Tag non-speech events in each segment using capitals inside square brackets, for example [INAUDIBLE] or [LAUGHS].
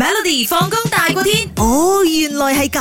Melody 放工大過天，哦，原來係咁，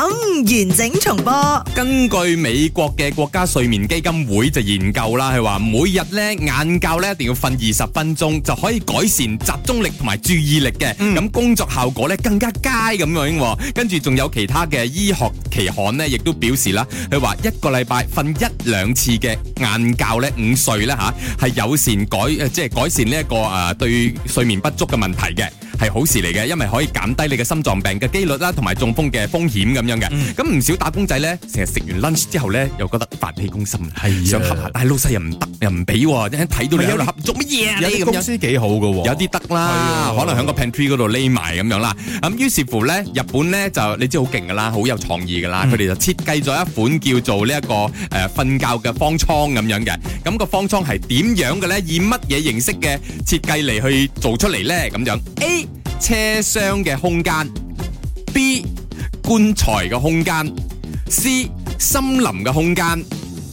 完整重播。根據美國嘅國家睡眠基金會就研究啦，佢話每日咧晏覺咧一定要瞓二十分鐘，就可以改善集中力同埋注意力嘅，咁、工作效果咧更加佳咁樣喎。跟住仲有其他嘅醫學期刊咧，亦都表示啦，佢話一個禮拜瞓一兩次嘅晏覺咧，午睡咧吓係有善改，呃即係改善呢、一個誒、呃、對睡眠不足嘅問題嘅。係好事嚟嘅，因為可以減低你嘅心臟病嘅機率啦，同埋中風嘅風險咁樣嘅。咁唔、少打工仔咧，成日食完 lunch 之後咧，又覺得發起攻心啦，係啊想瞌下，但係老細又唔得，又唔俾喎，一睇到你喺度瞌做乜嘢啊有你啲咁公樣。司幾好嘅喎，有啲得啦，係啊可能喺個 pantry 嗰度匿埋咁樣啦。咁於是乎咧，日本咧就你知好勁噶啦，好有創意噶啦。佢哋、就設計咗一款叫做呢、一個誒瞓、覺嘅方艙咁樣嘅。咁、個方艙係點樣嘅咧？以乜嘢形式嘅設計嚟去做出嚟咧？咁樣 A 車廂嘅空間，B 棺材嘅空間，C 森林嘅空間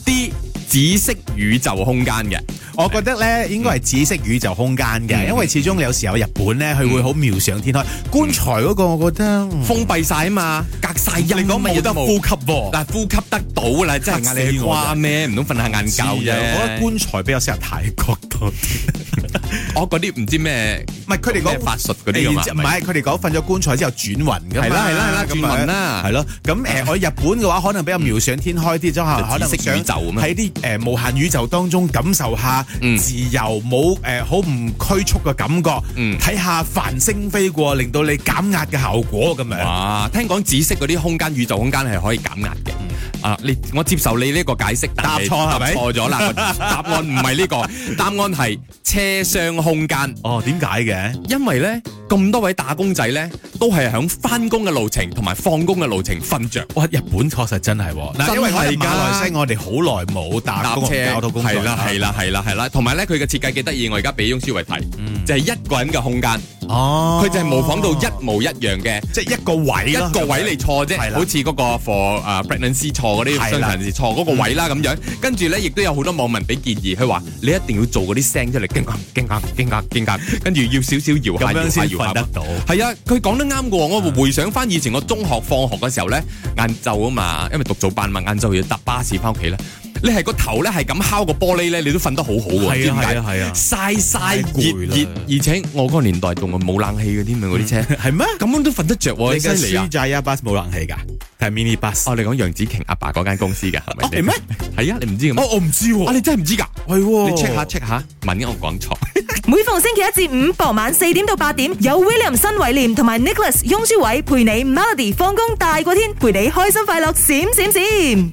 ，D 紫色宇宙空間嘅。我覺得咧應該係紫色宇宙空間嗯嘅，因為始終有時候日本咧佢會好妙想天開。棺材嗰個我覺得嗯封閉晒啊嘛，隔晒音，你講冇得呼吸喎，嗱，呼吸得到啦，真係嚇嗌你死去我瓜咩？唔通瞓下晏覺啊我啫？覺得棺材比較適合泰國多啲。我嗰啲唔知咩，唔係佢哋咩講法術嗰啲㗎嘛誒唔係佢哋講瞓咗棺材之後轉雲㗎嘛，係啦係啦係啦咁轉啊雲啦啊係咯。咁誒，我日本嘅話可能比較妙想天開啲，就可能嗯就紫色宇宙咁啊喺啲誒無限宇宙當中感受下嗯自由，冇誒好唔拘束嘅感覺嗯，睇下繁星飛過，令到你減壓嘅效果咁樣。哇！聽講紫色嗰啲空間宇宙空間係可以減壓嘅。啊！你我接受你呢個解釋，但答錯係答咪錯咗啦！個 [LAUGHS] 答案唔係呢個，答案係車廂空間。哦，點解嘅？因為呢，咁多位打工仔呢，都係響翻工嘅路程同埋放工嘅路程瞓着。哇！日本確實真係喎，嗱，因為可能真係㗎馬來西亞我哋好耐冇搭搭公車共交通工具啊係啦係，啦係啦係啦，同埋咧佢嘅設計幾得意，我而家俾翁舒維睇，就係一個人嘅空間，哦，佢就係模仿到一模一樣嘅。即係一個位一啦個位嚟錯啫，係啦好似嗰個 for 誒 pregnancy 錯嗰啲係啦傷殘人士錯嗰個位啦咁樣，跟住咧亦都有好多網民俾建議，佢話你一定要做嗰啲聲出嚟，驚驚驚驚驚驚，跟住要少少搖下搖咁樣下先搖下瞓得到。係啊，佢講得啱嘅喎。我回想翻以前我中學放學嘅時候咧，晏晝啊嘛，因為讀早班嘛，晏晝要搭巴士翻屋企咧。你係個頭咧係咁敲個玻璃咧，你都瞓得好好喎。係啊點解係啊係啊曬曬攰熱啦熱，而且我嗰個年代仲冇冷氣嘅添啊，嗰啲車係咩？咁樣都瞓得着喎，嗯你嘅犀利啊書！仔啊 bus 冇冷氣㗎，係 mini bus。哦，你講楊紫瓊阿爸嗰間公司㗎係咪？哦係咩？係啊，你唔知咁哦，我唔知喎哦啊？，你真係唔知㗎？係喎，你 check 下 check 下，問我講錯。每逢星期一至五傍晚四點到八點，有 William 新偉廉同埋 Nicholas 雍舒偉陪你 Melody 放工大過天，陪你開心快樂閃閃閃。